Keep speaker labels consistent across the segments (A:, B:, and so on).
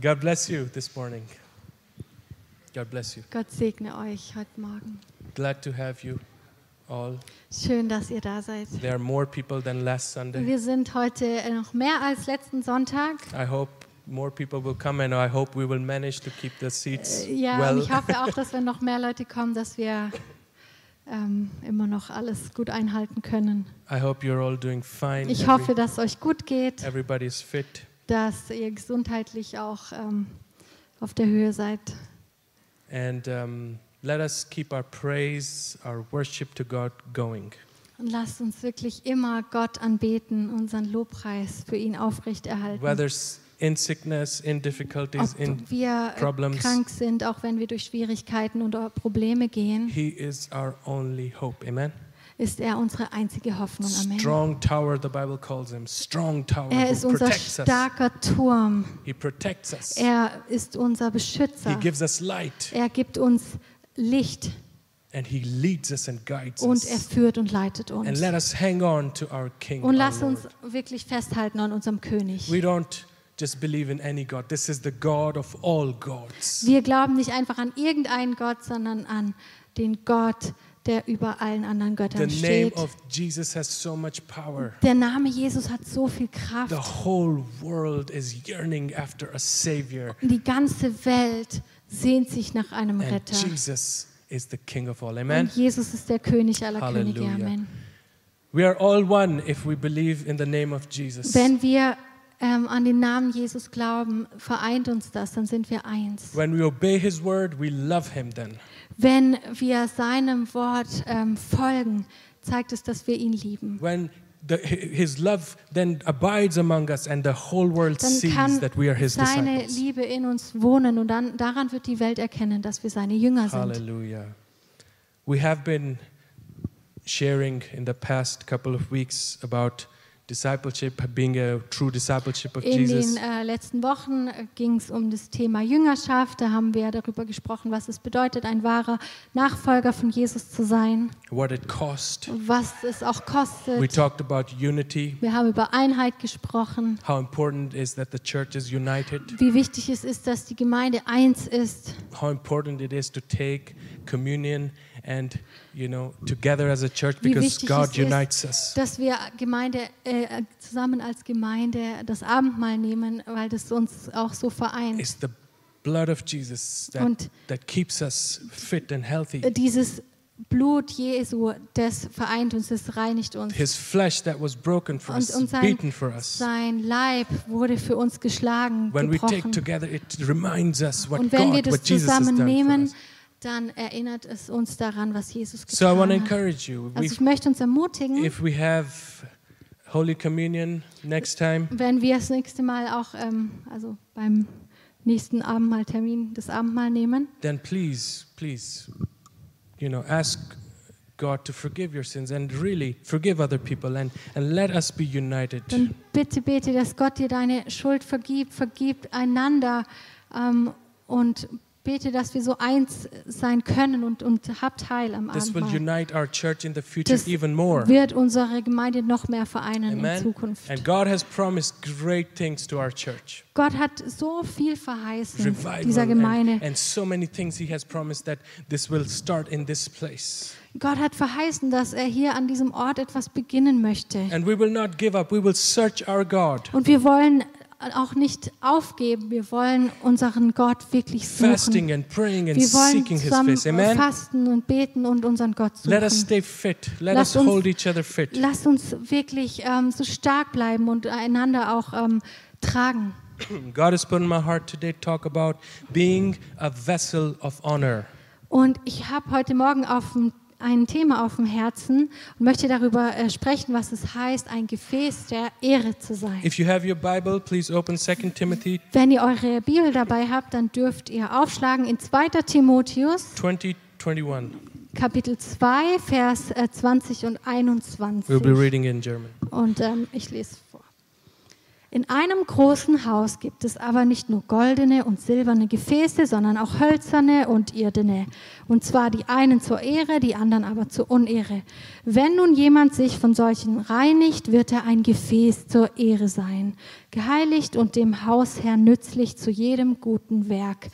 A: God bless you this morning. God bless you.
B: Gott segne euch heute Morgen.
A: Glad to have you all.
B: Schön, dass ihr da seid.
A: There are more people than last Sunday.
B: Wir sind heute äh, noch mehr als letzten Sonntag.
A: I hope more people will come and I hope we will manage to keep the seats
B: Äh, Ja,
A: well.
B: und ich hoffe auch, dass wenn noch mehr Leute kommen, dass wir ähm, immer noch alles gut einhalten können.
A: I hope you're all doing fine.
B: Ich
A: Every-
B: hoffe, dass es euch gut geht,
A: everybody's fit.
B: dass ihr gesundheitlich auch ähm, auf der Höhe seid.
A: And um, let us keep our praise, our worship to God going.
B: Und lasst uns wirklich immer Gott anbeten, unseren Lobpreis für ihn aufrechterhalten.
A: Whether s- in sickness, in difficulties, in
B: Ob wir äh,
A: problems.
B: krank sind, auch wenn wir durch Schwierigkeiten oder Probleme gehen,
A: He is our only hope. Amen.
B: ist er unsere einzige Hoffnung. Amen.
A: Strong tower, the Bible calls him. Strong tower
B: Er ist
A: who
B: unser
A: protects us.
B: starker Turm.
A: He protects us.
B: Er ist unser
A: He
B: Beschützer.
A: gives us light
B: Er gibt uns Licht
A: and he leads us and guides
B: und er
A: us.
B: führt und leitet
A: And
B: uns.
A: let us hang on to our King.
B: Und
A: our
B: lasst uns
A: Lord.
B: wirklich festhalten an unserem König.
A: We don't just believe in any God. This is the God of all gods.
B: Wir glauben nicht einfach an irgendeinen Gott, sondern an den Gott, der über allen anderen
A: The
B: Göttern
A: name
B: steht.
A: of Jesus has so much power.
B: Der Name Jesus hat so viel
A: The
B: Kraft.
A: whole world is yearning after a Savior.
B: Die ganze Welt sehnt sich nach einem
A: And
B: Retter.
A: Jesus is the King of all. Amen.
B: Und Jesus ist der König aller Könige.
A: Halleluja.
B: Amen.
A: We are all one if we believe in the name of Jesus.
B: Wenn wir ähm, an den Namen Jesus glauben, vereint uns das, dann sind wir eins.
A: When we obey his word, we love him then.
B: Wenn wir seinem Wort ähm, folgen, zeigt es, dass wir ihn lieben.
A: When the, his love then abides among us and the whole world
B: Dann
A: sees
B: kann
A: that we are his
B: seine
A: disciples.
B: Liebe in uns wohnen und dann, daran wird die Welt erkennen, dass wir seine Jünger sind.
A: Hallelujah. We have been sharing in the past couple of weeks about discipleship, being a true discipleship of
B: In den
A: Jesus.
B: äh, letzten Wochen ging es um das Thema Jüngerschaft. Da haben wir darüber gesprochen, was es bedeutet, ein wahrer Nachfolger von Jesus zu sein,
A: what it cost.
B: was es auch
A: We
B: kostet.
A: talked about unity,
B: Wir haben über Einheit gesprochen.
A: how important it is that the church is united,
B: wie wichtig es ist, dass die Gemeinde eins ist,
A: how important it is to take communion and, you know, together as a church
B: wie
A: because
B: wichtig
A: God
B: es
A: unites
B: ist,
A: us.
B: dass wir Gemeinde äh, zusammen als Gemeinde das Abendmahl nehmen, weil das uns auch so vereint.
A: It's the blood of Jesus that,
B: Und-
A: that keeps us fit and healthy.
B: Dieses Blut Jesu, das vereint uns, das reinigt uns.
A: His flesh that was broken for
B: Und,
A: us,
B: und sein,
A: beaten for us.
B: sein Leib wurde für uns geschlagen,
A: When we take
B: gebrochen.
A: together, it reminds us what
B: Und wenn wir
A: God,
B: das
A: what Jesus has done
B: zusammennehmen,
A: for us.
B: dann erinnert es uns daran, was Jesus
A: So I want to
B: getan hat.
A: encourage you.
B: Also
A: We,
B: ich möchte uns ermutigen,
A: if we have Holy Communion next time,
B: Wenn wir das nächste Mal auch, ähm, also beim nächsten Abendmahltermin, das Abendmahl nehmen,
A: then please, please, you know, ask God to forgive your sins and really forgive other people and, and let us be united.
B: dann bitte bete, dass Gott dir deine Schuld vergibt, vergibt einander ähm, und bete, dass wir so eins sein können und, und habt Heil am
A: This will
B: Abendmahl.
A: unite our church in the future
B: Das
A: even more.
B: Wird unsere Gemeinde noch mehr vereinen in
A: Amen.
B: Zukunft.
A: And God has promised great things to our church.
B: Gott hat so viel verheißen
A: Revival
B: dieser Gemeinde.
A: and, and so many things He has promised that this will start in this place.
B: Gott hat verheißen, dass er hier an diesem Ort etwas beginnen möchte.
A: And we will not give up. We will search our God.
B: Und wir wollen auch nicht aufgeben. Wir wollen unseren Gott wirklich suchen.
A: Fasting and praying and
B: Wir wollen
A: seeking His
B: zusammen
A: face. Amen.
B: fasten und beten und unseren Gott
A: Let us
B: suchen.
A: stay fit. Let us
B: Lasst uns-
A: hold each other fit.
B: Lasst uns wirklich ähm, so stark bleiben und einander auch ähm, tragen.
A: God has put in my heart today to talk about being a vessel of honor.
B: Und ich habe heute Morgen auf dem, ein Thema auf dem Herzen und möchte darüber äh, sprechen, was es heißt, ein Gefäß der Ehre zu sein.
A: If you have your Bible, please open 2 Timothy
B: Wenn ihr eure Bibel dabei habt, dann dürft ihr aufschlagen in 2. Timotheus
A: 20, 21.
B: Kapitel 2, Vers äh, 20 und
A: We'll be
B: 21.
A: reading in German.
B: Und ähm, ich lese vor. In einem großen Haus gibt es aber nicht nur goldene und silberne Gefäße, sondern auch hölzerne und irdene. Und zwar die einen zur Ehre, die anderen aber zur Unehre. Wenn nun jemand sich von solchen reinigt, wird er ein Gefäß zur Ehre sein, geheiligt und dem Hausherrn nützlich zu jedem guten Werk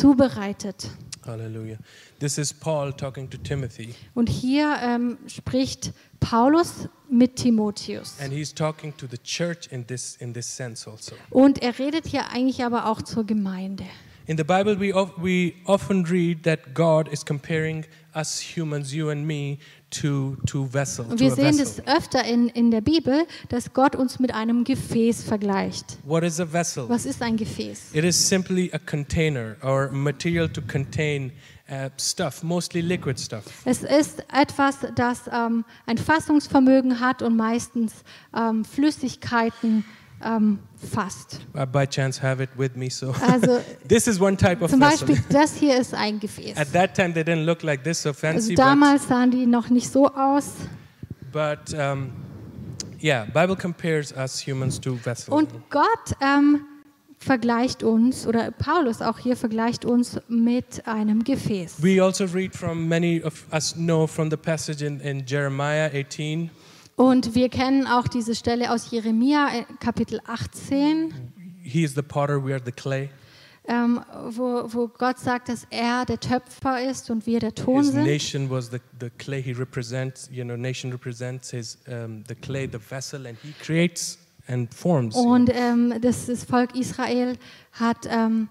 B: zubereitet.
A: Hallelujah. This is Paul talking to Timothy,
B: Und hier ähm, spricht Paulus mit Timotheus.
A: and he's talking to the church in this, in this sense also.
B: Und er redet hier eigentlich aber auch zur Gemeinde.
A: In the Bible, we, of, we often read that God is comparing us humans, you and me, to, to vessel,
B: Und
A: to
B: wir
A: a
B: sehen
A: vessel.
B: das öfter in, in der Bibel, dass Gott uns mit einem Gefäß vergleicht.
A: What is a vessel?
B: Was ist ein Gefäß?
A: It is simply a container or material to contain uh, stuff, mostly liquid stuff.
B: Es ist etwas, das ähm, ein Fassungsvermögen hat und meistens ähm, Flüssigkeiten ähm, fasst.
A: I Uh, by chance have it with me, so
B: Also
A: this is one type of
B: zum
A: vessel.
B: Beispiel das hier ist ein Gefäß.
A: At that time, they didn't look like this, so
B: Also
A: fancy. but
B: damals sahen die noch nicht so aus.
A: but um, yeah, Bible compares us humans to vessels.
B: Und Gott ähm, vergleicht uns, oder Paulus auch hier vergleicht uns mit einem Gefäß.
A: We also read from many of us know from the passage in, in Jeremiah 18.
B: Und wir kennen auch diese Stelle aus Jeremia äh, Kapitel 18,
A: He is the potter, we are the clay.
B: ähm, wo, wo Gott sagt, dass er der Töpfer ist und wir der Ton
A: His
B: sind.
A: nation was the, the clay he represents. You know, nation represents his um, the clay, the vessel, and he creates and forms.
B: Und ähm, das, das Volk Israel hat ähm,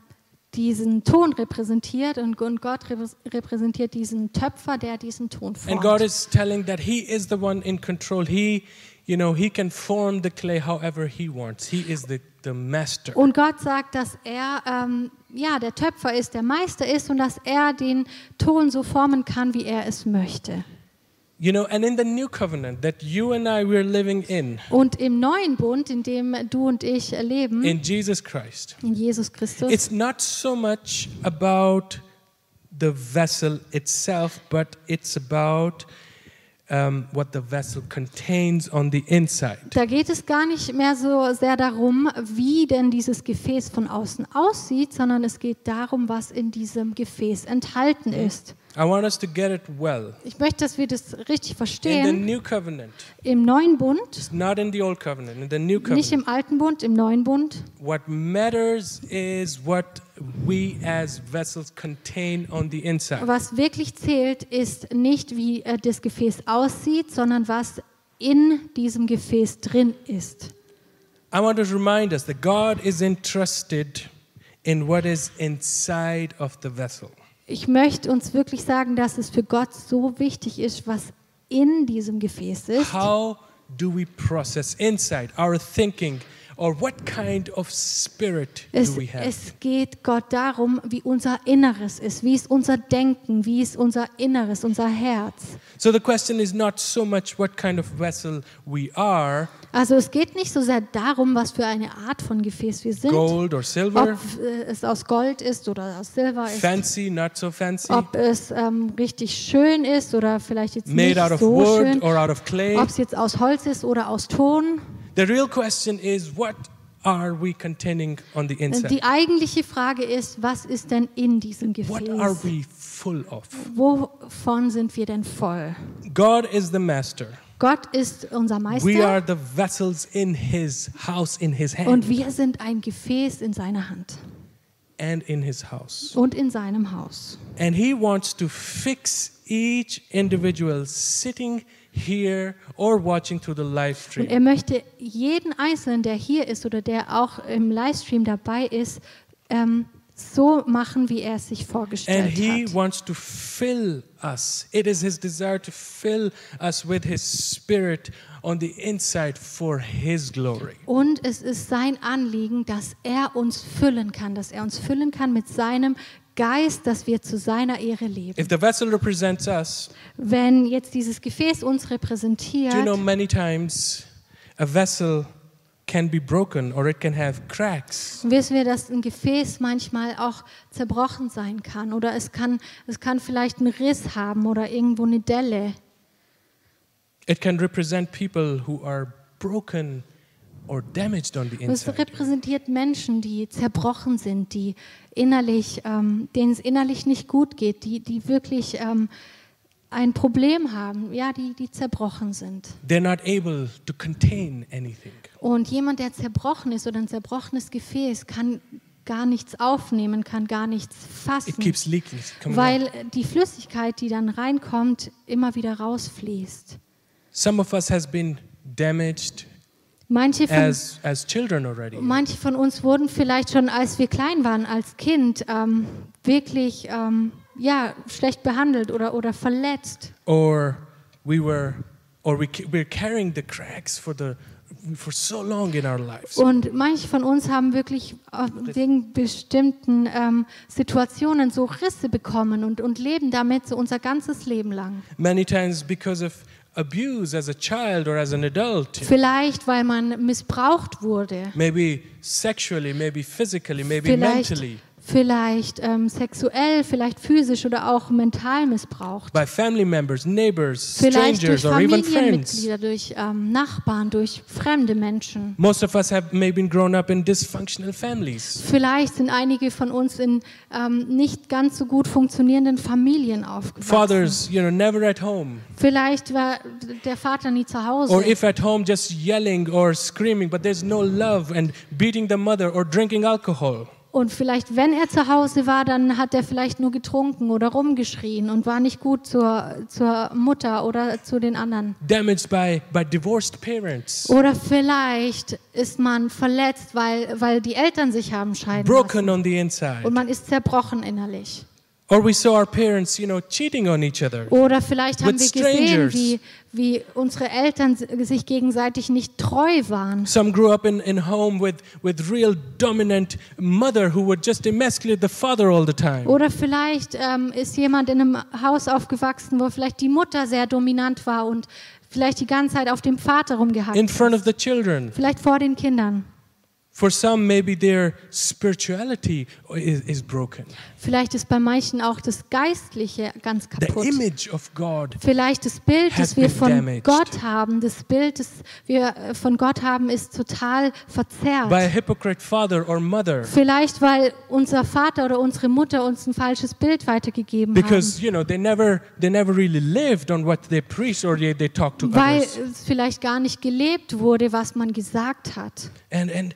B: diesen Ton repräsentiert und, und Gott repräs- repräsentiert diesen Töpfer, der diesen Ton
A: and God
B: formt.
A: is telling that he is the one in control. He, you know, he can form the clay however he wants. He is the, the master.
B: Und Gott sagt, dass er ähm, ja, der Töpfer ist, der Meister ist und dass er den Ton so formen kann, wie er es möchte.
A: You know, and in the new covenant that you and I we're living in,
B: Und im neuen Bund, in dem du und ich leben,
A: in Jesus Christ,
B: in Jesus Christus,
A: it's not so much about the vessel itself, but it's about um, what the vessel contains on the inside.
B: da geht es gar nicht mehr so sehr darum, wie denn dieses Gefäß von außen aussieht, sondern es geht darum, was in diesem Gefäß enthalten ist.
A: I want us to get it well.
B: Ich möchte, dass wir das richtig
A: In the
B: verstehen.
A: new covenant,
B: Im neuen Bund,
A: it's not in the old covenant, in the new
B: nicht
A: covenant.
B: im alten Bund, im neuen Bund,
A: What matters is what we as vessels contain on the inside.
B: was wirklich zählt, ist nicht, wie äh, das Gefäß aussieht, sondern was in diesem Gefäß drin ist.
A: I want to remind us that God is interested in what is inside of the vessel.
B: Ich möchte uns wirklich sagen, dass es für Gott so wichtig ist, was in diesem Gefäß ist.
A: How do we process inside our thinking or what kind of spirit
B: Es,
A: do we have?
B: es geht Gott darum, wie unser Inneres ist, wie ist unser Denken, wie ist unser Inneres, unser Herz.
A: So the question is not so much what kind of vessel we are,
B: Also es geht nicht so sehr darum, was für eine Art von Gefäß wir sind,
A: gold or
B: ob
A: silver,
B: äh, es aus Gold ist oder aus Silber ist,
A: fancy, not so fancy,
B: ob es ähm, richtig schön ist oder vielleicht jetzt
A: made
B: nicht
A: out of
B: so
A: wood
B: schön,
A: or out of clay.
B: ob es jetzt aus Holz ist oder aus Ton.
A: The real question is what are we containing on the inside?
B: Die eigentliche Frage ist, was ist denn in diesem
A: What are
B: Gefäß?
A: we full of?
B: Wovon sind wir denn voll?
A: God is the master.
B: Gott ist unser
A: We are
B: Meister
A: the vessels in his house, in his
B: und
A: hand,
B: wir sind ein Gefäß in seiner Hand
A: and in his house.
B: und in seinem Haus.
A: And he wants to fix each individual sitting here or watching through the live
B: Und
A: stream.
B: er möchte jeden Einzelnen, der hier ist oder der auch im Livestream dabei ist, ähm, so machen, wie er es sich
A: And
B: vorgestellt
A: he
B: hat.
A: wants to fill us. It is his desire to fill us with his spirit on the inside for his glory.
B: Und es ist sein Anliegen, dass er uns füllen kann, dass er uns füllen kann mit seinem Geist, dass wir zu seiner Ehre leben.
A: If the vessel represents us,
B: Wenn jetzt dieses Gefäß uns
A: do you
B: repräsentiert,
A: know many times a vessel can be broken or it can have cracks?
B: wissen wir, dass ein Gefäß manchmal auch zerbrochen sein kann oder es kann, es kann vielleicht einen Riss haben oder irgendwo eine Delle.
A: It can represent people who are broken or damaged on the
B: Es
A: inside.
B: repräsentiert Menschen, die zerbrochen sind, die innerlich, ähm, denen es innerlich nicht gut geht, die, die wirklich ähm, ein Problem haben, ja, die, die zerbrochen sind.
A: They're not able to contain anything.
B: Und jemand, der zerbrochen ist oder ein zerbrochenes Gefäß, kann gar nichts aufnehmen, kann gar nichts
A: It
B: fassen,
A: keeps leaking. It's coming out.
B: weil die Flüssigkeit, die dann reinkommt, immer wieder rausfließt.
A: Some of us has been damaged
B: Manche von
A: as as children already.
B: Manche von uns wurden vielleicht schon, als wir klein waren, als Kind ähm, wirklich ähm, ja, schlecht behandelt oder, oder verletzt.
A: or we were or we ca- we're carrying the cracks for the for so long in our lives
B: Und manche von uns haben wirklich äh, wegen bestimmten ähm, Situationen so Risse bekommen und, und leben damit so unser ganzes Leben lang.
A: many times because of abuse as a child or as an adult
B: Vielleicht, weil man missbraucht wurde.
A: maybe sexually maybe physically maybe
B: Vielleicht,
A: mentally
B: vielleicht ähm, sexuell, vielleicht physisch oder auch mental missbraucht.
A: by family members neighbors
B: Vielleicht durch
A: strangers or even friends
B: Familienmitglieder, durch ähm, Nachbarn, durch fremde Menschen.
A: most of us have maybe grown up in dysfunctional families
B: Vielleicht sind einige von uns in ähm, nicht ganz so gut funktionierenden Familien aufgewachsen.
A: fathers you know never at home
B: Vielleicht war der Vater nie zu
A: or
B: Hause.
A: if at home just yelling or screaming but there's no love and beating the mother or drinking alcohol
B: Und vielleicht, wenn er zu Hause war, dann hat er vielleicht nur getrunken oder rumgeschrien und war nicht gut zur, zur Mutter oder zu den anderen.
A: damaged by, by divorced parents,
B: Oder vielleicht ist man verletzt, weil, weil die Eltern sich haben scheiden lassen.
A: broken on the inside.
B: Und man ist zerbrochen innerlich.
A: Or we saw our parents, you know, cheating on each other.
B: Oder vielleicht haben wir
A: With
B: gesehen,
A: strangers.
B: wie, wie unsere Eltern s- sich gegenseitig nicht treu waren.
A: Some grew up in, in home with, with real dominant mother who would just emasculate the father all the time.
B: Oder vielleicht ähm, ist jemand in einem Haus aufgewachsen, wo vielleicht die Mutter sehr dominant war und vielleicht die ganze Zeit auf dem Vater rumgehackt.
A: In front of the children.
B: vielleicht vor den Kindern.
A: For some, maybe their spirituality is, is broken.
B: Vielleicht ist bei manchen auch das Geistliche ganz
A: The
B: kaputt.
A: image of God
B: Vielleicht das Bild,
A: has
B: das wir
A: been
B: von
A: damaged.
B: Gott haben, das Bild, das wir äh, von Gott haben, ist total verzerrt.
A: by a hypocrite father or mother.
B: Vielleicht, weil unser Vater oder unsere Mutter uns ein falsches Bild weitergegeben
A: Because, you know, they never, they never really lived on what they preached or they, they talked to
B: haben, weil
A: others.
B: es vielleicht gar nicht gelebt wurde, was man gesagt hat.
A: and and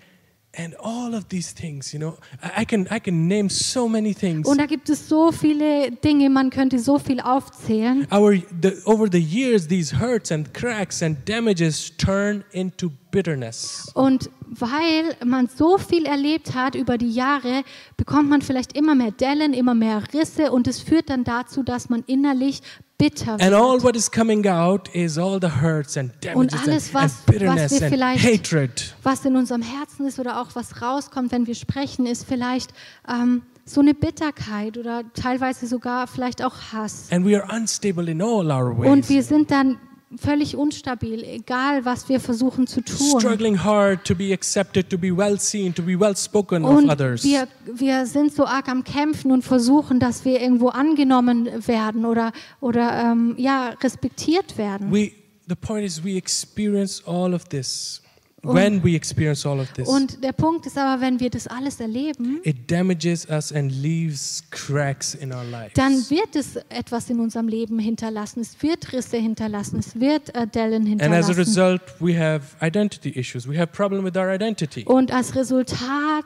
A: and all of these things you know i I can i can name so many things
B: Und da gibt es so viele Dinge, man könnte so viel aufzählen.
A: our the, over the years these hurts and cracks and damages turn into bitterness
B: Und weil man so viel erlebt hat über die Jahre, bekommt man vielleicht immer mehr Dellen, immer mehr Risse und es führt dann dazu, dass man innerlich bitter
A: and all
B: wird.
A: what is coming out is all the hurts and damages and-
B: alles,
A: and,
B: was- was
A: bitterness
B: wir
A: and
B: vielleicht-
A: hatred
B: Was in unserem Herzen ist oder auch was rauskommt, wenn wir sprechen, ist vielleicht ähm, so eine Bitterkeit oder teilweise sogar vielleicht auch Hass.
A: and we are unstable in all our
B: Und
A: ways
B: wir sind dann völlig unstabil, egal was wir versuchen zu tun.
A: struggling hard to be accepted to be well seen to be well spoken of
B: Und
A: others
B: wir, wir sind so arg am Kämpfen und versuchen, dass wir irgendwo angenommen werden oder, oder ähm, ja, respektiert werden.
A: we the point is we experience all of this when we experience all of this
B: Und der Punkt ist aber, wenn wir das alles erleben,
A: it damages us and leaves cracks in our lives.
B: dann wird es etwas in unserem Leben hinterlassen. Es wird Risse hinterlassen, es wird äh, Dellen
A: and as a
B: hinterlassen.
A: result, we have identity issues. We have problem with our identity.
B: Und als Resultat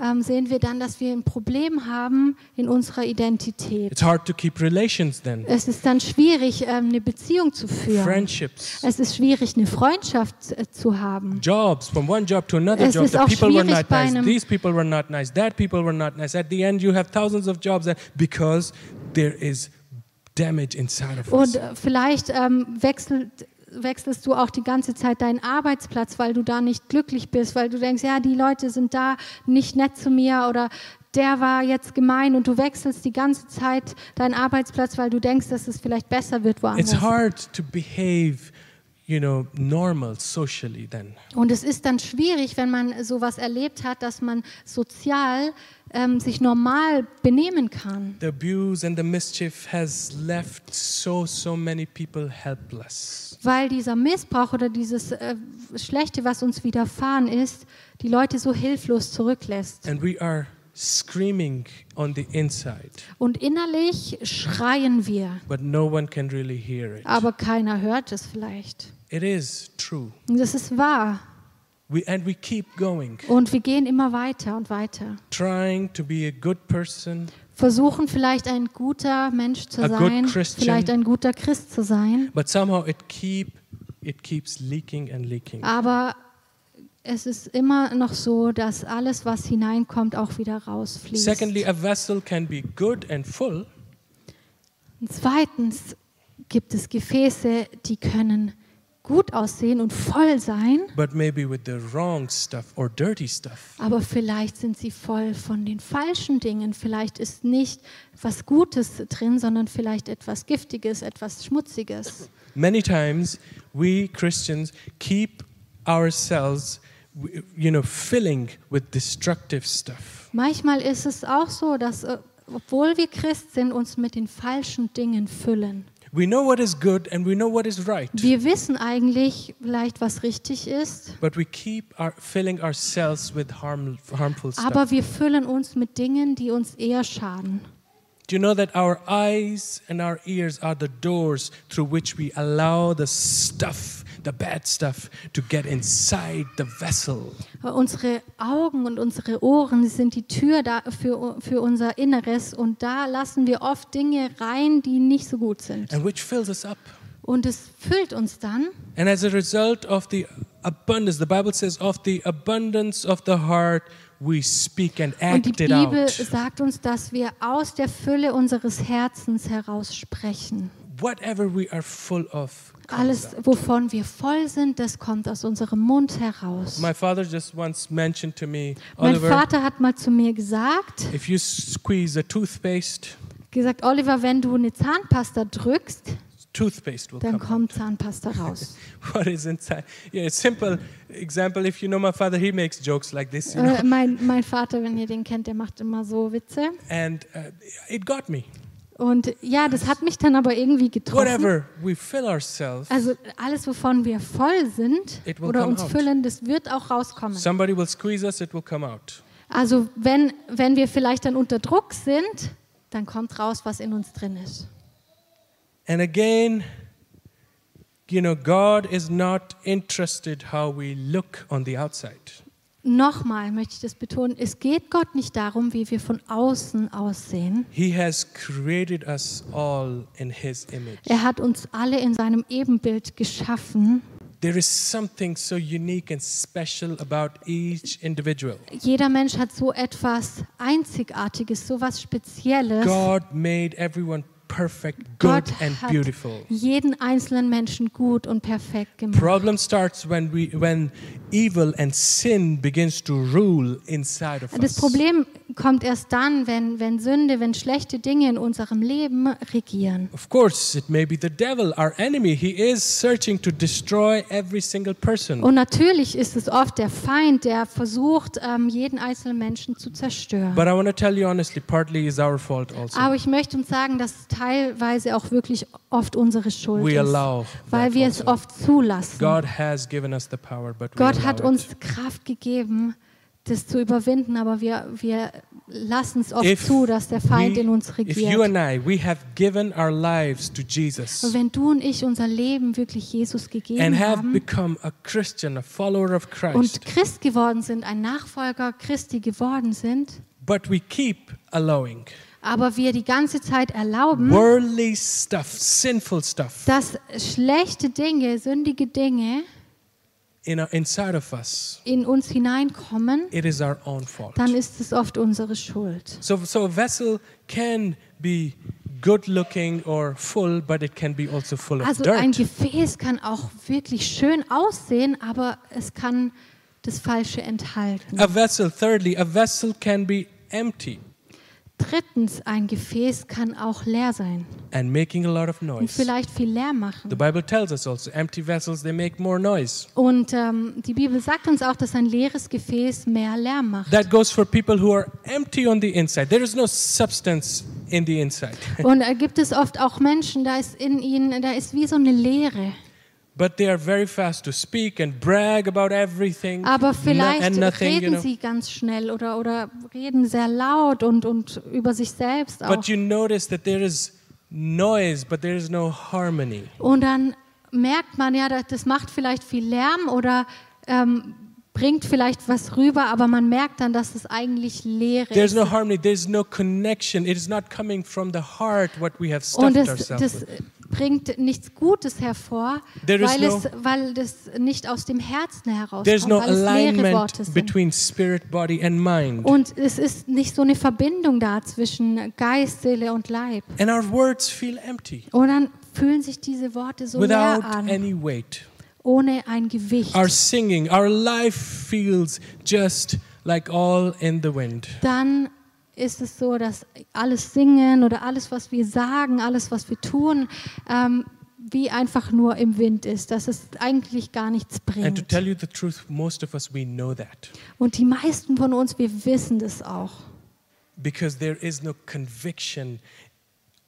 B: ähm, sehen wir dann, dass wir ein Problem haben in unserer Identität.
A: It's hard to keep relations then,
B: Es ist dann schwierig, ähm, eine Beziehung zu führen.
A: friendships,
B: Es ist schwierig, eine Freundschaft äh, zu haben.
A: jobs, from one job to another
B: Es
A: job.
B: ist
A: The
B: auch
A: people were
B: schwierig
A: not
B: bei
A: nice.
B: einem-
A: These people were not nice. That people were not nice. At the end, you have thousands of jobs and- because there is damage inside of
B: Und
A: us.
B: äh, vielleicht ähm, wechselt, wechselst du auch die ganze Zeit deinen Arbeitsplatz, weil du da nicht glücklich bist, weil du denkst, ja, die Leute sind da nicht nett zu mir oder der war jetzt gemein und du wechselst die ganze Zeit deinen Arbeitsplatz, weil du denkst, dass es vielleicht besser wird
A: It's
B: woanders.
A: hard to behave you know, normal socially then.
B: Und es ist dann schwierig, wenn man sowas erlebt hat, dass man sozial ähm, sich normal benehmen kann.
A: The abuse and the mischief has left so, so many people helpless.
B: Weil dieser Missbrauch oder dieses äh, Schlechte, was uns widerfahren ist, die Leute so hilflos zurücklässt.
A: And we are screaming on the inside,
B: Und innerlich schreien wir,
A: but no one can really hear it.
B: aber keiner hört es vielleicht.
A: It is true.
B: Und das ist wahr.
A: We, and we keep going,
B: Und wir gehen immer weiter und weiter.
A: trying to be a good person,
B: Versuchen vielleicht ein guter Mensch zu
A: A good
B: sein,
A: Christian.
B: vielleicht ein guter Christ zu sein,
A: but somehow it keep it keeps leaking and leaking.
B: aber es ist immer noch so, dass alles, was hineinkommt, auch wieder rausfließt.
A: Secondly, a vessel can be good and full,
B: Und zweitens gibt es Gefäße, die können gut aussehen und voll sein,
A: but maybe with the wrong stuff or dirty stuff.
B: aber vielleicht sind sie voll von den falschen Dingen. Vielleicht ist nicht was Gutes drin, sondern vielleicht etwas Giftiges, etwas Schmutziges.
A: Many times we Christians keep ourselves w- you know filling with destructive stuff.
B: Manchmal ist es auch so, dass äh, obwohl wir Christ sind, uns mit den falschen Dingen füllen.
A: We know what is good and we know what is right,
B: Wir wissen eigentlich vielleicht, was richtig ist,
A: but we keep our, filling ourselves with harm, harmful stuff.
B: aber wir füllen uns mit Dingen, die uns eher schaden.
A: Do you know that our eyes and our ears are the doors through which we allow the stuff, the bad stuff, to get inside the vessel?
B: Weil Äh, Unsere Augen und unsere Ohren sind die Tür da für, für unser Inneres und da lassen wir oft Dinge rein, die nicht so gut sind.
A: and which fills us up.
B: Und es füllt uns dann
A: And as a result of the abundance, the Bible says, of the abundance of the heart, we speak and
B: und die
A: act it
B: Bibel
A: out.
B: sagt uns, dass wir aus der Fülle unseres Herzens heraus sprechen.
A: Whatever we are full of. comes
B: Alles,
A: out.
B: wovon wir voll sind, das kommt aus unserem Mund heraus.
A: My father just once mentioned to me,
B: Mein
A: Oliver,
B: Vater hat mal zu mir gesagt,
A: if you squeeze a toothpaste,
B: gesagt, Oliver, wenn du eine Zahnpasta drückst,
A: toothpaste will
B: dann
A: come.
B: kommt Zahnpasta raus.
A: What is inside? Yeah, a simple example. If you know my father, he makes jokes like this, you know?
B: äh, mein, mein Vater, wenn ihr den kennt, der macht immer so Witze.
A: and uh, it got me.
B: Und ja, das hat mich dann aber irgendwie getroffen.
A: Whatever we fill ourselves,
B: Also alles, wovon wir voll sind
A: It will
B: oder
A: come
B: uns
A: out.
B: füllen, das wird auch rauskommen.
A: somebody will squeeze us, it will come out.
B: Also wenn, wenn wir vielleicht dann unter Druck sind, dann kommt raus, was in uns drin ist.
A: And again, you know, God is not interested how we look on the outside.
B: Nochmal möchte ich das betonen, es geht Gott nicht darum, wie wir von außen aussehen.
A: He has created us all in His image.
B: Er hat uns alle in seinem Ebenbild geschaffen.
A: There is something so unique and special about each individual.
B: Jeder Mensch hat so etwas Einzigartiges, so was Spezielles.
A: God made everyone perfect, good,
B: Gott
A: and
B: hat
A: beautiful.
B: jeden einzelnen Menschen gut und perfekt gemacht.
A: Problem starts when we when evil and sin begins to rule inside of us.
B: Das Problem kommt erst dann, wenn, wenn Sünde, wenn schlechte Dinge in unserem Leben regieren.
A: Of course, it may be the devil, our enemy. He is searching to destroy every single person.
B: Und natürlich ist es oft der Feind, der versucht, ähm, jeden einzelnen Menschen zu zerstören.
A: But I want to tell you honestly, partly is our fault also.
B: Aber ich möchte uns sagen, dass es teilweise auch wirklich oft unsere Schuld
A: We
B: ist,
A: allow
B: weil
A: that
B: wir es
A: also.
B: oft zulassen.
A: God has given us the power, but we
B: Gott
A: allow
B: hat
A: it.
B: uns Kraft gegeben, das zu überwinden, aber wir, wir lassen es oft
A: If
B: zu, dass der Feind
A: we-
B: in uns
A: If you
B: regiert.
A: and I, we have given our lives to Jesus
B: Und wenn du und ich unser Leben wirklich Jesus
A: and
B: gegeben
A: have
B: haben
A: become a Christian, a follower of Christ,
B: und Christ geworden sind, ein Nachfolger Christi geworden sind,
A: but we keep allowing
B: aber wir die ganze Zeit erlauben,
A: worldly stuff, sinful stuff
B: dass schlechte Dinge, sündige Dinge
A: in our, inside of us,
B: in uns hineinkommen,
A: it is our own fault.
B: dann ist es oft unsere Schuld.
A: So, so a vessel can be good looking or full, but it can be also full of
B: Also
A: dirt.
B: ein Gefäß kann auch wirklich schön aussehen, aber es kann
A: Äh.
B: das Falsche enthalten.
A: A vessel, thirdly, a vessel can be empty.
B: Drittens, ein Gefäß kann auch leer sein
A: and making a lot of
B: und
A: noise.
B: vielleicht viel leer machen.
A: The Bible tells us also empty vessels they make more noise.
B: Und ähm, die Bibel sagt uns auch, dass ein leeres Gefäß mehr Lärm macht.
A: That goes for people who are empty on the inside. There is no substance in the inside.
B: Und da gibt es oft auch Menschen, da ist in ihnen, da ist wie so eine Leere.
A: But they are very fast to speak and brag about everything
B: Aber
A: no-
B: vielleicht
A: and nothing, you
B: reden
A: know.
B: sie ganz schnell oder, oder reden sehr laut und, und über sich selbst auch.
A: But you notice that there is noise, but there is no harmony.
B: Und dann merkt man ja, das- das macht vielleicht viel Lärm oder ähm, bringt vielleicht was rüber, aber man merkt dann, dass es eigentlich leer
A: There's
B: ist.
A: no harmony. There's no connection. It is not coming from the heart what we have
B: Und
A: stuffed
B: das,
A: ourselves
B: das
A: with.
B: bringt nichts Gutes hervor,
A: There is
B: weil,
A: no-
B: es, weil das nicht aus dem Herzen
A: There's
B: herauskommt,
A: no
B: weil es leere Worte
A: alignment
B: sind.
A: between spirit, body, and mind.
B: Und es ist nicht so eine Verbindung da zwischen Geist, Seele und Leib.
A: And our words feel empty
B: Und dann fühlen sich diese Worte so leer
A: without
B: an,
A: any weight.
B: ohne ein Gewicht.
A: Our singing, our life feels just like all in the wind.
B: Dann ist es so, dass alles Singen oder alles, was wir sagen, alles, was wir tun, ähm, wie einfach nur im Wind ist, dass es eigentlich gar nichts
A: And to
B: bringt.
A: tell you the truth, most of us, we know that
B: Und die meisten von uns, wir wissen das auch,
A: because there is no conviction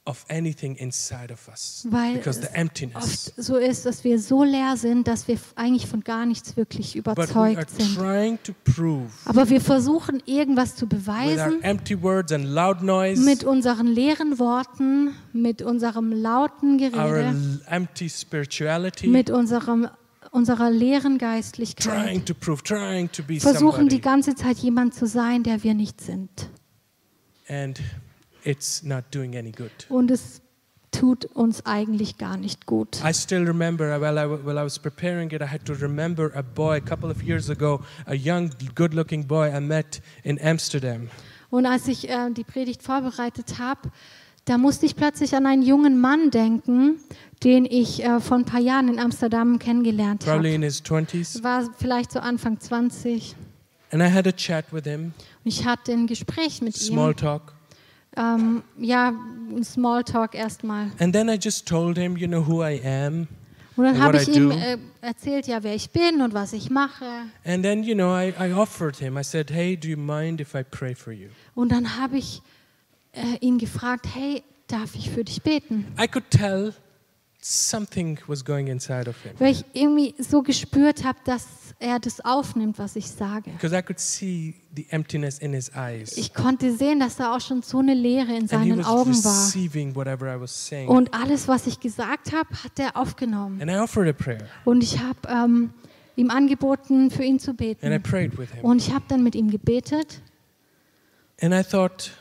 A: of anything inside of us
B: weil
A: because
B: es
A: the emptiness.
B: oft so ist, dass wir so leer sind, dass wir f- eigentlich von gar nichts wirklich
A: But we are
B: überzeugt sind.
A: trying to prove
B: Aber wir versuchen irgendwas zu
A: with our
B: beweisen
A: empty words and loud noise,
B: mit unseren leeren Worten, mit unserem lauten
A: our
B: Gerede,
A: l- empty spirituality,
B: mit unserem, unserer leeren Geistlichkeit.
A: trying to prove, trying to be
B: versuchen die
A: somebody.
B: ganze Zeit jemand zu sein, der wir nicht sind.
A: And it's not doing any good.
B: Und es tut uns eigentlich gar nicht gut.
A: I still remember uh, while I, w- while I was preparing it, I had to remember a boy a couple of years ago, a young, good looking boy I met in Amsterdam.
B: Und als ich äh, die Predigt vorbereitet habe, da musste ich plötzlich an einen jungen Mann denken, den ich äh, vor ein paar Jahren in Amsterdam kennengelernt
A: probably
B: habe.
A: in his 20s.
B: War vielleicht so Anfang 20. Und
A: And I had a chat with him,
B: ich hatte ein Gespräch mit
A: small talk.
B: ihm. Ähm, ja, ein Smalltalk erstmal.
A: And then I just told him, you know, who I am.
B: Und dann
A: And
B: habe
A: what
B: ich
A: I
B: ihm
A: do.
B: äh, erzählt, ja, wer ich bin und was ich mache.
A: And then, you know, I, I offered him, I said, hey, do you mind if I pray for you?
B: Und dann habe ich äh, ihn gefragt, hey, darf ich für dich beten?
A: I could tell something was going inside of him
B: Weil ich irgendwie so gespürt habe, dass er das aufnimmt, was ich sage.
A: because I could see the emptiness in his eyes.
B: Ich konnte sehen, dass da auch schon so eine Leere
A: And
B: in
A: he
B: seinen
A: was
B: Augen war.
A: receiving whatever I was saying.
B: Und alles, was ich gesagt habe, hat er aufgenommen.
A: And I offered a prayer
B: Und ich habe ähm, ihm angeboten, für ihn zu
A: and I
B: beten.
A: prayed with him.
B: Und ich habe dann mit ihm gebetet.
A: And I thought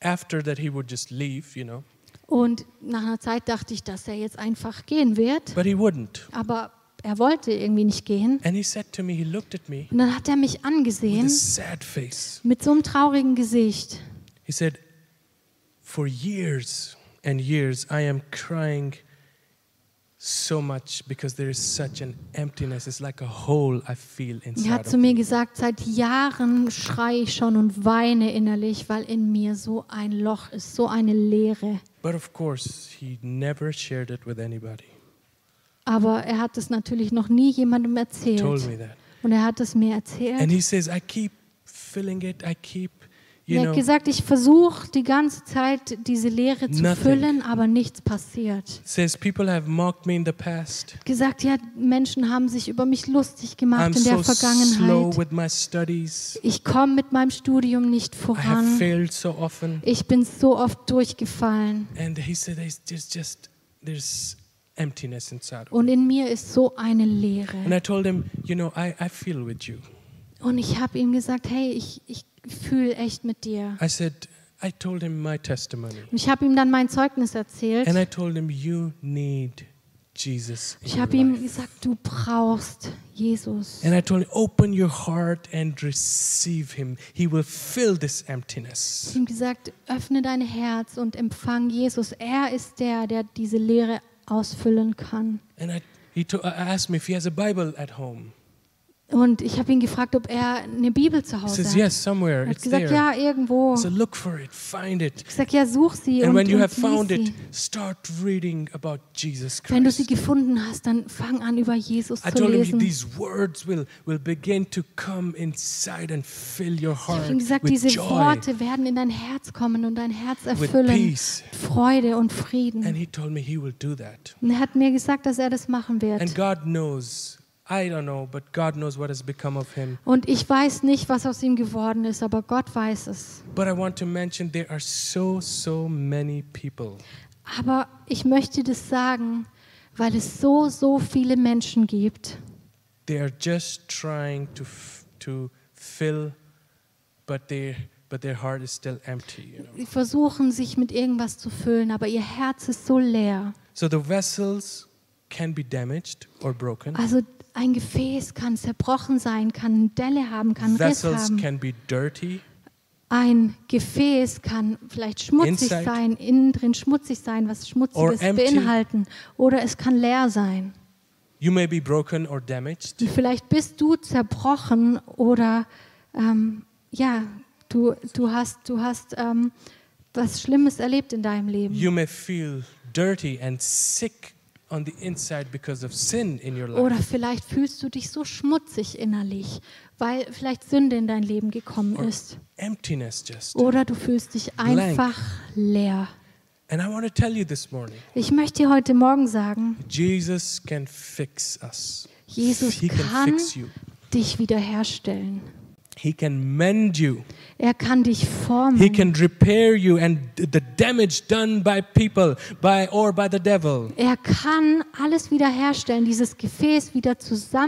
A: after that he would just leave, you know,
B: Und nach einer Zeit dachte ich, dass er jetzt einfach gehen wird.
A: but he wouldn't.
B: Aber er wollte irgendwie nicht gehen.
A: And he said to me, he looked at me
B: Und dann hat er mich
A: with
B: angesehen.
A: a sad face.
B: Mit so einem traurigen Gesicht.
A: He said, For years and years I am crying so much because there is such an emptiness. It's like a hole I feel
B: Er
A: inside.
B: hat
A: Of
B: zu mir
A: me.
B: gesagt, seit Jahren schreie ich schon und weine innerlich, weil in mir so ein Loch ist, so eine Leere.
A: But of course, he never shared it with anybody.
B: Aber er hat es natürlich noch nie jemandem
A: Told
B: erzählt.
A: me that.
B: Und er hat es mir
A: And
B: erzählt.
A: he says, I keep filling it, I keep, you
B: Er
A: know,
B: hat gesagt, ich versuche die ganze Zeit diese Leere zu
A: Nothing.
B: füllen, aber nichts passiert.
A: says people have mocked me in the past.
B: Gesagt, ja, Menschen haben sich über mich lustig
A: I'm
B: gemacht in
A: so
B: der
A: slow
B: Vergangenheit.
A: with my studies.
B: Ich komme mit meinem Studium nicht
A: I have
B: voran.
A: failed so often.
B: Ich bin so oft durchgefallen.
A: And he said, there's just, just there's emptiness inside. of me."
B: Und in mir ist so eine
A: And
B: Leere.
A: I told him, you know, I, I feel with you.
B: Und ich habe ihm gesagt, hey, ich, ich fühle echt mit dir.
A: I said, I told him my testimony.
B: Und ich habe ihm dann mein Zeugnis
A: And I
B: erzählt.
A: told him, you need Jesus. In
B: Ich
A: your
B: habe ihm
A: life."
B: gesagt, du brauchst Jesus.
A: And I told him, open your heart and receive him. He will fill this
B: Ich
A: emptiness.
B: habe ihm gesagt, öffne dein Herz und empfang Jesus. Er ist der, der diese Leere ausfüllen kann.
A: uh, And I, he to, I asked me if he has a Bible at home.
B: Und ich habe ihn gefragt, ob er eine Bibel zu
A: He
B: Hause
A: says,
B: hat.
A: Yes, somewhere.
B: Er hat
A: It's
B: gesagt,
A: there.
B: ja, irgendwo.
A: So
B: Ich
A: look for it, find it.
B: gesagt, ja, such sie
A: And
B: und,
A: when you
B: und
A: have
B: lies
A: found it,
B: sie.
A: start reading about Jesus
B: Wenn du sie
A: Christ.
B: gefunden hast, dann fang an, über Jesus
A: I
B: zu
A: told him
B: lesen.
A: these words will, will begin to come inside and fill your
B: Ich habe
A: heart
B: ihm gesagt,
A: with
B: diese
A: joy.
B: Worte werden in dein Herz kommen und dein Herz erfüllen.
A: peace.
B: Freude und Frieden.
A: And he told me he will do that.
B: Und er hat mir gesagt, dass er das machen
A: And
B: wird.
A: God knows, I don't know, but God knows what has become of him.
B: Und ich weiß nicht, was aus ihm geworden ist, aber Gott weiß es.
A: But I want to mention there are so, so many people
B: Aber ich möchte das sagen, weil es so, so viele Menschen gibt,
A: they are just trying to f- to fill but their but their heart is still empty you know
B: die versuchen, sich mit irgendwas zu füllen, aber ihr Herz ist so leer.
A: so the vessels can be damaged or broken
B: Also ein Gefäß kann zerbrochen sein, kann eine Delle haben, kann einen Riss
A: vessels
B: haben.
A: can be dirty
B: Ein Gefäß kann vielleicht schmutzig
A: Inside.
B: sein, innen drin schmutzig sein, was Schmutziges
A: Or empty.
B: beinhalten. Oder es kann leer sein.
A: you may be broken or damaged
B: Und vielleicht bist du zerbrochen oder ähm, ja, du, du hast, du hast ähm, was Schlimmes erlebt in deinem Leben.
A: you may feel dirty and sick on the inside because of sin in your
B: Oder
A: life
B: vielleicht fühlst du dich so schmutzig innerlich, weil vielleicht Sünde in dein Leben gekommen ist.
A: emptiness just
B: Oder du fühlst dich
A: Blank.
B: einfach leer.
A: and i want to tell you this morning
B: Ich möchte dir heute Morgen sagen,
A: jesus can fix us
B: Jesus
A: he can
B: kann
A: fix you
B: dich wiederherstellen.
A: he can mend you
B: Er kann dich
A: He
B: formen.
A: can repair you and th- the damage done by people by or by the devil.
B: Er kann alles wiederherstellen, dieses Gefäß wieder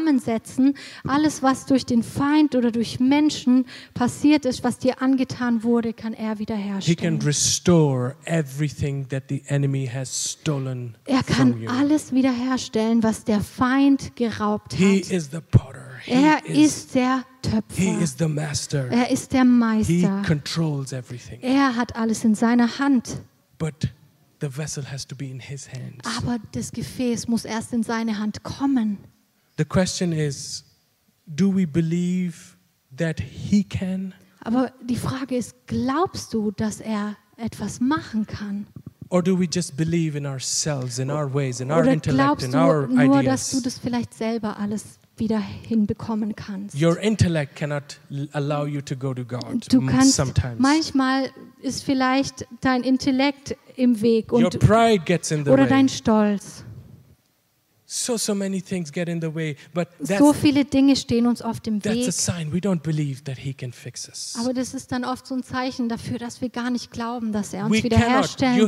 B: zusammensetzen, alles, was durch den Feind oder durch Menschen passiert ist, was dir angetan wurde, kann er
A: He can
B: wiederherstellen.
A: restore everything that the enemy has stolen
B: Er
A: from
B: kann
A: you.
B: alles wiederherstellen, was der Feind geraubt
A: He
B: hat.
A: is the potter. He
B: Er
A: is,
B: ist der
A: he
B: Töpfer.
A: is the master.
B: Er ist der
A: He
B: Meister.
A: controls everything.
B: Er hat alles in seiner Hand.
A: But the vessel has to be in his hands.
B: Aber das Gefäß muss erst in seine Hand kommen.
A: The question is do we believe that he can
B: Aber die Frage ist, glaubst du, dass er etwas machen kann?
A: or do we just believe in ourselves, in our ways, in our
B: Oder
A: intellect,
B: glaubst
A: in
B: du
A: our
B: nur, dass du
A: ideas?
B: das vielleicht selber alles wieder hinbekommen kannst?
A: Your intellect cannot l- allow you to go to God
B: Du
A: m-
B: kannst,
A: sometimes.
B: manchmal ist vielleicht dein Intellekt im Weg
A: Your
B: und,
A: pride gets in the
B: oder dein
A: way.
B: Stolz.
A: So, so many things get in the way, but that's,
B: So viele Dinge stehen uns oft im
A: that's a
B: Weg.
A: sign we don't believe that He can fix us.
B: Aber das ist dann oft so ein Zeichen dafür, dass wir gar nicht glauben, dass er uns
A: We cannot, you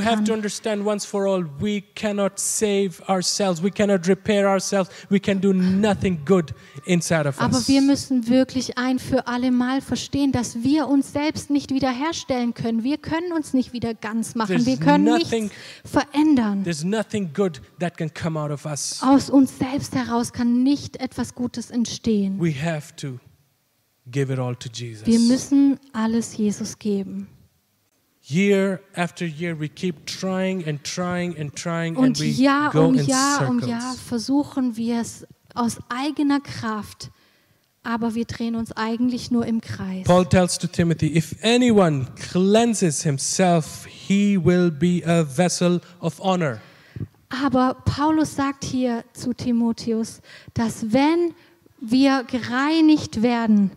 B: wiederherstellen
A: have to
B: kann.
A: understand once for all, we cannot save ourselves, we cannot repair ourselves, we can do nothing good inside of
B: Aber
A: us.
B: wir müssen wirklich ein für alle Mal verstehen, dass wir uns selbst nicht wiederherstellen können. Wir können uns nicht wieder ganz machen.
A: There's
B: Wir können
A: nothing-
B: nichts verändern.
A: There's nothing good that can come out of us.
B: Aus uns selbst heraus kann nicht etwas Gutes entstehen.
A: We have to give it all to Jesus.
B: Wir müssen alles Jesus geben.
A: Year after year, we keep trying and trying and trying, and
B: Und
A: we
B: Jahr
A: go
B: um
A: in
B: Jahr um
A: circles.
B: Jahr versuchen wir es aus eigener Kraft, aber wir drehen uns eigentlich nur im Kreis.
A: Paul tells to Timothy, if anyone cleanses himself, he will be a vessel of honor.
B: Aber Paulus sagt hier zu Timotheus, dass wenn wir gereinigt werden,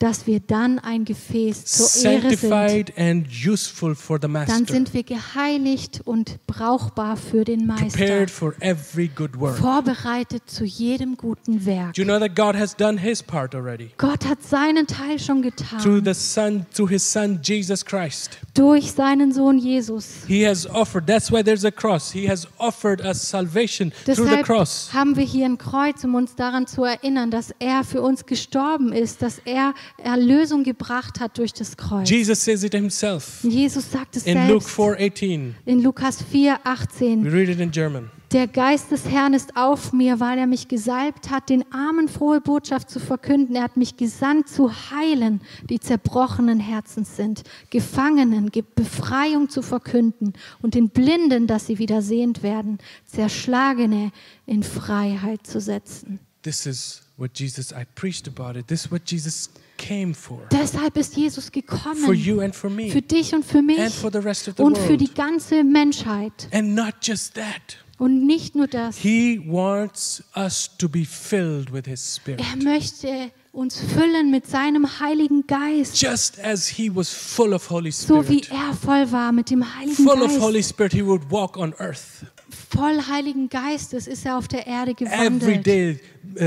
B: dass wir dann ein Gefäß zur Ehre sind.
A: Sanctified and useful for the
B: Dann
A: master.
B: sind wir geheiligt und brauchbar für den Meister,
A: Prepared for every good work.
B: vorbereitet zu jedem guten Werk.
A: Do you know that God has done his part already?
B: Gott hat seinen Teil schon
A: Through
B: getan,
A: the Son, through his Son Jesus Christ.
B: durch seinen Sohn Jesus.
A: He has offered, that's why there's a cross. He has offered us salvation through the
B: Deshalb
A: cross.
B: haben wir hier ein Kreuz, um uns daran zu erinnern, dass er für uns gestorben ist, dass er Erlösung gebracht hat durch das Kreuz.
A: Jesus says it himself.
B: Jesus sagt es
A: In Luke
B: selbst
A: 4:18,
B: in Lukas 4,
A: we
B: 18.
A: read it in German.
B: Der Geist des Herrn ist auf mir, weil er mich gesalbt hat, den Armen frohe Botschaft zu verkünden. Er hat mich gesandt zu heilen, die zerbrochenen Herzens sind, Gefangenen gibt Befreiung zu verkünden und den Blinden, dass sie wieder sehend werden, Zerschlagene in Freiheit zu setzen.
A: This is what Jesus, I preached about it. This is what Jesus came for.
B: Deshalb ist Jesus
A: For
B: gekommen.
A: you and for me.
B: Für dich und für
A: And
B: mich
A: for the rest of the
B: und für die
A: world.
B: ganze Menschheit.
A: And not just that.
B: Und nicht nur das.
A: He wants us to be filled with His Spirit.
B: Er möchte uns füllen mit seinem Heiligen Geist,
A: Just as He was full of Holy
B: so wie
A: Spirit.
B: er voll war mit dem Heiligen
A: Full of Holy
B: Geist.
A: Spirit, He would walk on earth.
B: Voll Heiligen Geistes ist er auf der Erde
A: Every
B: gewandelt.
A: day,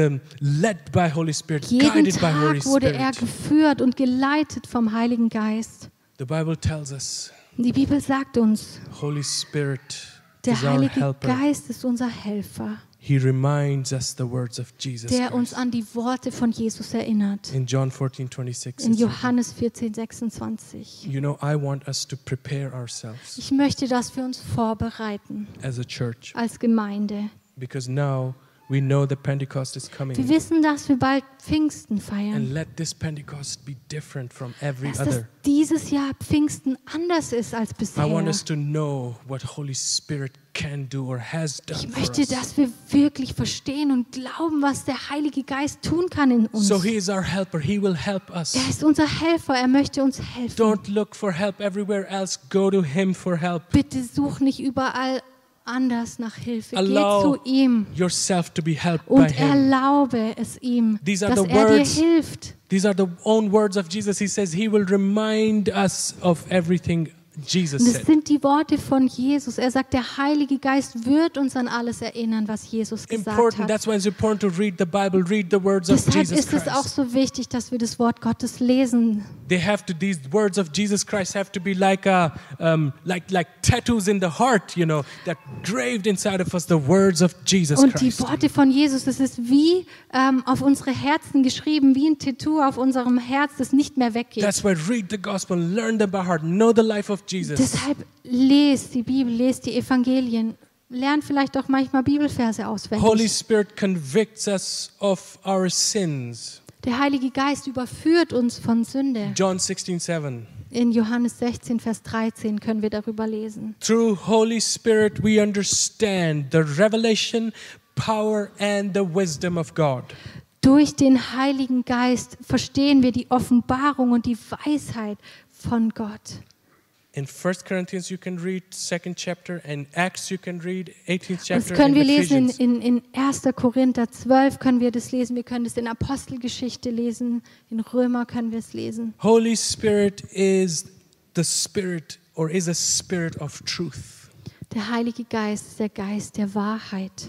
A: um, led by Holy Spirit,
B: Jeden
A: guided by Holy
B: Tag wurde er
A: Spirit.
B: geführt und geleitet vom Heiligen Geist.
A: The Bible tells us
B: Die Bibel sagt uns,
A: Holy Spirit
B: der
A: is our
B: Heilige
A: helper.
B: Geist ist unser Helfer,
A: He reminds us the words of Jesus
B: der uns
A: Christ.
B: an die Worte von Jesus erinnert.
A: In John 14, 26,
B: In
A: it's written,
B: Johannes 14, 26.
A: you know, I want us to prepare ourselves
B: Ich möchte, dass wir uns vorbereiten
A: as a church
B: als Gemeinde.
A: because now we know that Pentecost is
B: Wir
A: coming.
B: wissen, dass wir bald Pfingsten feiern.
A: And let this Pentecost be different from every
B: Dass das
A: other.
B: dieses Jahr Pfingsten anders ist als
A: I want
B: bisher.
A: us to know what Holy Spirit can do or has
B: Ich
A: done for
B: möchte,
A: us.
B: dass wir wirklich verstehen und glauben, was der Heilige Geist tun kann in uns.
A: So He is our helper. He will help
B: Er
A: us.
B: ist unser Helfer, er möchte uns helfen.
A: Don't look for help everywhere else. Go to Him for help.
B: Bitte such nicht überall anders nach Hilfe. Geh
A: Allow
B: zu ihm
A: yourself to be helped by
B: und
A: Him.
B: erlaube es ihm, dass
A: These
B: er
A: are the
B: dir
A: words-
B: hilft.
A: These are the own words of Jesus. He says he will remind us of everything
B: Und
A: Jesus
B: es
A: said.
B: sind die Worte von Jesus. Er sagt, der Heilige Geist wird uns an alles erinnern, was Jesus gesagt
A: Important.
B: hat.
A: That's why it's important to read the Bible, read the words of
B: Deshalb
A: Jesus
B: ist es auch
A: Christ.
B: so wichtig, dass wir das Wort Gottes lesen.
A: They have to. These words of Jesus Christ have to be like a, um, like like tattoos in the heart. You know, that graved inside of us the words of Jesus
B: Und die
A: Christ.
B: Worte von Jesus, das ist wie ähm, auf unsere Herzen geschrieben, wie ein Tattoo auf unserem Herz, das nicht mehr weggeht.
A: That's why read the gospel, learn them by heart, know the life of Jesus.
B: Deshalb lest die Bibel, lest die Evangelien, lernt vielleicht auch manchmal Bibelverse
A: Holy
B: auswendig.
A: Spirit convicts us of our sins.
B: Der Heilige Geist überführt uns von Sünde.
A: John 16, 7.
B: In Johannes 16, Vers 13 können wir darüber lesen.
A: Through Holy Spirit, we understand the revelation, power, and the wisdom of God.
B: Durch den Heiligen Geist verstehen wir die Offenbarung und die Weisheit von Gott.
A: In 1 Corinthians, you can read second chapter, and Acts, you can read 18th
B: Das
A: chapter.
B: können
A: And
B: wir lesen
A: Ephesians.
B: in, in, in 1. Korinther 12, können wir das lesen, wir können es in Apostelgeschichte lesen, in Römer können wir es lesen.
A: Holy Spirit is the spirit, or is a spirit of truth.
B: Der Heilige Geist ist der Geist der Wahrheit.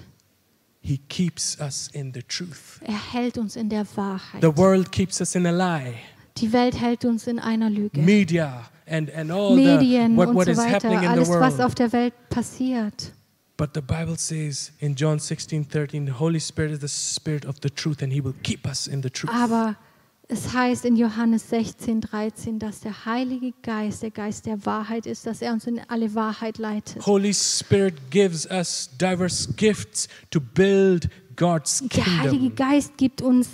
A: He keeps us in the truth.
B: Er hält uns in der Wahrheit.
A: The world keeps us in a lie.
B: Die Welt hält uns in einer Lüge.
A: Media and, and all
B: Medien
A: the, what,
B: und
A: what
B: so
A: is
B: weiter,
A: happening in the
B: alles was
A: world.
B: auf der Welt passiert.
A: But the Bible says in John 16, 13, the Holy Spirit is the spirit of the truth and he will keep us in the truth.
B: Aber es heißt in Johannes 16, 13, dass der Heilige Geist der Geist der Wahrheit ist, dass er uns in alle Wahrheit leitet.
A: Holy Spirit gives us diverse gifts to build God's
B: Der Heilige
A: kingdom.
B: Geist gibt uns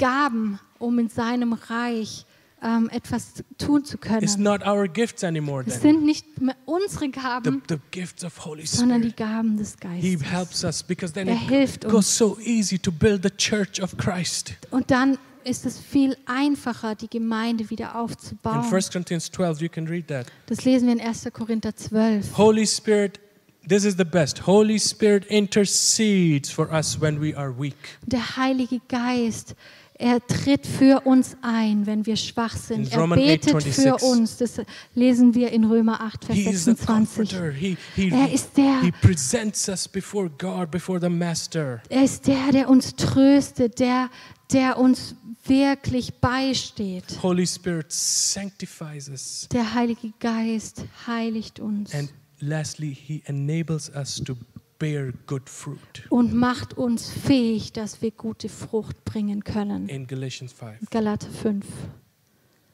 B: Gaben, um in seinem Reich ähm, etwas tun zu
A: It's
B: können.
A: not our gifts anymore
B: Es
A: then.
B: sind nicht mehr unsere
A: The,
B: Gaben,
A: the gifts Mm-hmm. of Holy
B: sondern die
A: Spirit.
B: Gaben des
A: He
B: Geistes.
A: helps us because then
B: Er
A: it
B: hilft
A: goes
B: uns.
A: so easy to build the church of Christ.
B: Und dann ist es viel einfacher, die Gemeinde wieder
A: In
B: aufzubauen.
A: 1 Corinthians 12, you can read that.
B: Das lesen wir in 1. Korinther 12.
A: Holy Spirit, this is the best. Holy Spirit intercedes for us when we are weak.
B: Der Heilige Geist, er tritt für uns ein, wenn wir schwach
A: In
B: sind. Er
A: Roman 8,
B: betet für
A: 26.
B: uns. Das lesen wir in Römer 8, Vers
A: He is the
B: 26.
A: comforter. He, he,
B: Er ist der-
A: he presents us before God, before the Master.
B: Er ist der, der uns tröstet, der, der uns wirklich beisteht.
A: Holy Spirit sanctifies us.
B: Der Heilige Geist heiligt uns
A: And lastly, He enables us to bear good fruit.
B: und macht uns fähig, dass wir gute Frucht bringen können.
A: In Galatians 5.
B: Galater 5.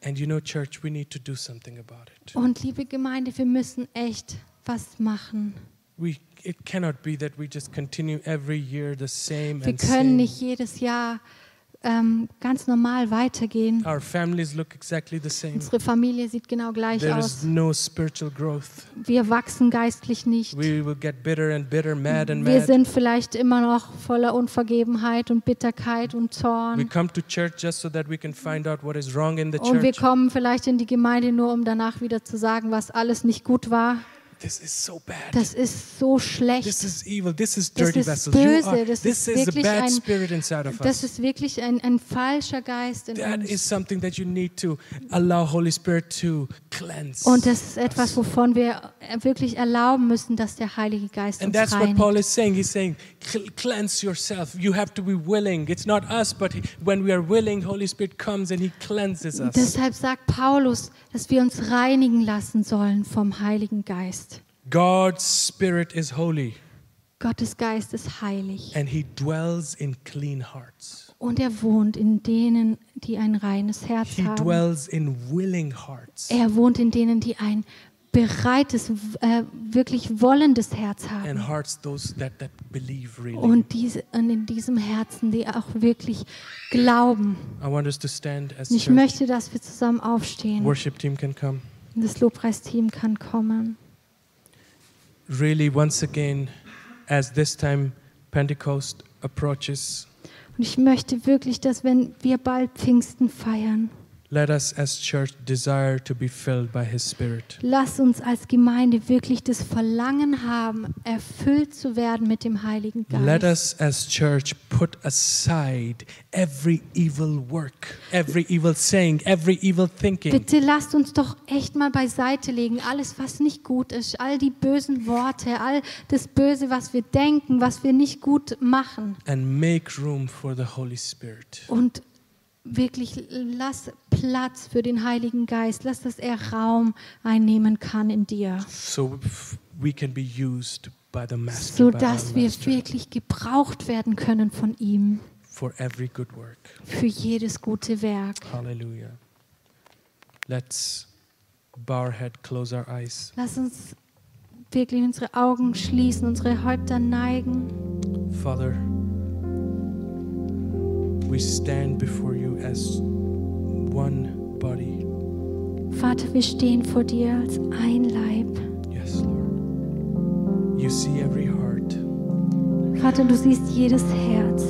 A: And you know, church, we need to do something about it.
B: Und liebe Gemeinde, wir müssen echt was machen.
A: We, it cannot be that we just continue every year the same
B: Wir
A: and
B: können
A: same.
B: nicht jedes Jahr ähm, ganz normal weitergehen.
A: Our families look exactly the same.
B: Unsere Familie sieht genau gleich
A: There is
B: aus.
A: no spiritual growth.
B: Wir wachsen geistlich nicht.
A: We will get bitter and bitter, mad and
B: Wir
A: mad.
B: sind vielleicht immer noch voller Unvergebenheit und Bitterkeit und
A: We
B: Zorn.
A: come to church just so that we can find out what is wrong in the
B: Und wir
A: church.
B: kommen vielleicht in die Gemeinde nur, um danach wieder zu sagen, was alles nicht gut war.
A: This is so bad.
B: Das ist so
A: This
B: schlecht.
A: is evil. This is
B: Das
A: dirty
B: ist
A: vessels. You
B: böse.
A: are,
B: Das
A: this
B: ist
A: is a
B: wirklich
A: bad
B: ein-
A: spirit inside of
B: Das
A: us.
B: ist wirklich ein, ein falscher Geist in
A: That is
B: uns.
A: something that you need to allow Holy Spirit to cleanse.
B: Und das ist etwas, wovon wir wirklich erlauben müssen, dass der Heilige Geist
A: And
B: uns
A: that's what
B: reinigt.
A: Paul is saying. He's saying, "Cl- cleanse yourself. You have to be willing. It's not us, but he- when we are willing, Holy Spirit comes and He cleanses us.
B: Deshalb sagt Paulus, dass wir uns reinigen lassen sollen vom Heiligen Geist.
A: God's Spirit is holy,
B: Gottes Geist ist heilig
A: and He dwells in clean hearts.
B: und er wohnt in denen, die ein reines Herz
A: He
B: haben.
A: dwells in willing hearts.
B: Er wohnt in denen, die ein bereites, w- äh, wirklich wollendes Herz
A: And
B: haben.
A: hearts those that, that believe really.
B: Und, diese, und in diesem Herzen, die auch wirklich glauben.
A: I want us to stand as
B: Und ich
A: church.
B: möchte, dass wir zusammen aufstehen.
A: Worship team can come.
B: Das Lobpreisteam kann kommen.
A: Really, once again, as this time Pentecost approaches,
B: Und ich möchte wirklich, dass wenn wir bald Pfingsten feiern,
A: let us as church desire to be filled by His Spirit.
B: lass uns als Gemeinde wirklich das Verlangen haben, erfüllt zu werden mit dem Heiligen
A: Let
B: Geist.
A: us as church put aside every evil work, every evil saying, every evil thinking.
B: Bitte lasst uns doch echt mal beiseite legen, alles, was nicht gut ist, all die bösen Worte, all das Böse, was wir denken, was wir nicht gut machen.
A: And make room for the Holy Spirit.
B: Und wirklich lass Platz für den Heiligen Geist, lass, dass er Raum einnehmen kann in dir.
A: So f- we can be used by the Master,
B: so
A: by our
B: dass wir
A: Master
B: wirklich gebraucht werden können von ihm
A: for every good work.
B: für jedes gute Werk.
A: Hallelujah. Let's bow our head, close our eyes.
B: Lass uns wirklich unsere Augen schließen, unsere Häupter neigen.
A: Father, we stand before you as one body.
B: Vater, wir stehen vor dir als ein Leib.
A: Yes, Lord. You see every heart.
B: Vater, du siehst jedes Herz.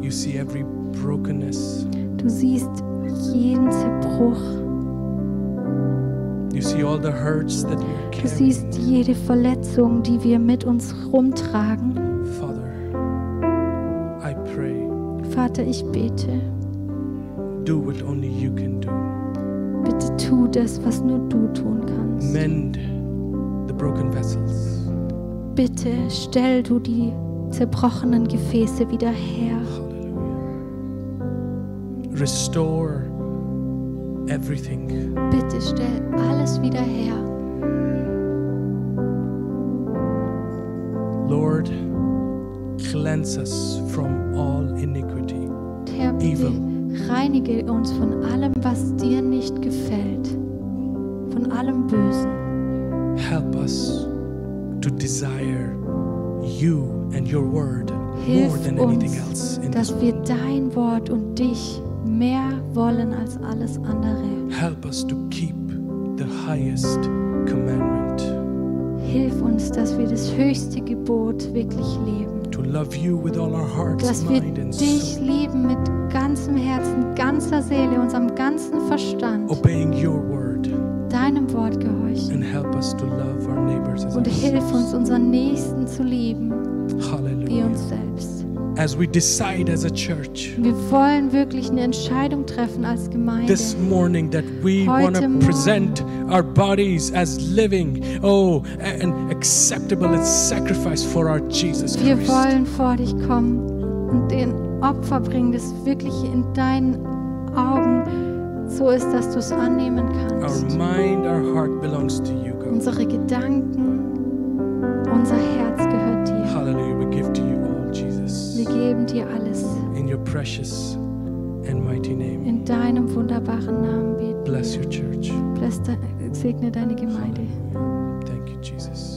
A: You see every brokenness.
B: Du siehst jeden Zerbruch.
A: You see all the hurts that we're
B: Du siehst
A: carrying.
B: jede Verletzung, die wir mit uns rumtragen.
A: Father, I pray,
B: Vater, ich bete,
A: do what only you can do.
B: bitte tu das, was nur du tun kannst.
A: Mend the broken vessels.
B: Bitte stell du die zerbrochenen Gefäße wieder her.
A: Hallelujah. Restore everything.
B: Bitte stell alles wieder her.
A: Lord, cleanse us from all iniquity.
B: Und Herr, bitte reinige uns von allem, was dir nicht gefällt. Von allem Bösen.
A: Help us to desire you and your word more
B: Hilf
A: than anything else
B: uns,
A: in this
B: dass wir dein Wort und dich mehr wollen als alles andere.
A: Help us to keep the highest commandment
B: Hilf uns, dass wir das höchste Gebot wirklich leben.
A: to love you with all our hearts,
B: Dass wir
A: mind, and
B: dich
A: soul,
B: lieben mit ganzem Herzen, ganzer Seele, unserem ganzen Verstand.
A: obeying your word,
B: deinem Wort gehorchen
A: and help us to love our neighbors as
B: und hilf uns,
A: ourselves.
B: unseren Nächsten zu lieben wie uns
A: Hallelujah.
B: selbst.
A: As we decide as a church
B: Wir wollen wirklich eine Entscheidung treffen als Gemeinde.
A: this morning that we
B: Heute
A: want to
B: Morgen.
A: present our bodies as living, oh, and acceptable and sacrifice for our Jesus
B: Wir
A: Christ.
B: wollen vor dich kommen und den Opfer bringen, das wirklich in deinen Augen so ist, dass du es annehmen
A: Our
B: kannst.
A: mind, our heart belongs to you, God.
B: Unsere Gedanken, unser Herz gehört dir.
A: Hallelujah. We give to you all, Jesus.
B: Wir geben dir alles.
A: In your precious and mighty name,
B: In deinem wunderbaren Namen beten.
A: bless your church.
B: Bless de segne deine Gemeinde.
A: Hallelujah. Thank you, Jesus.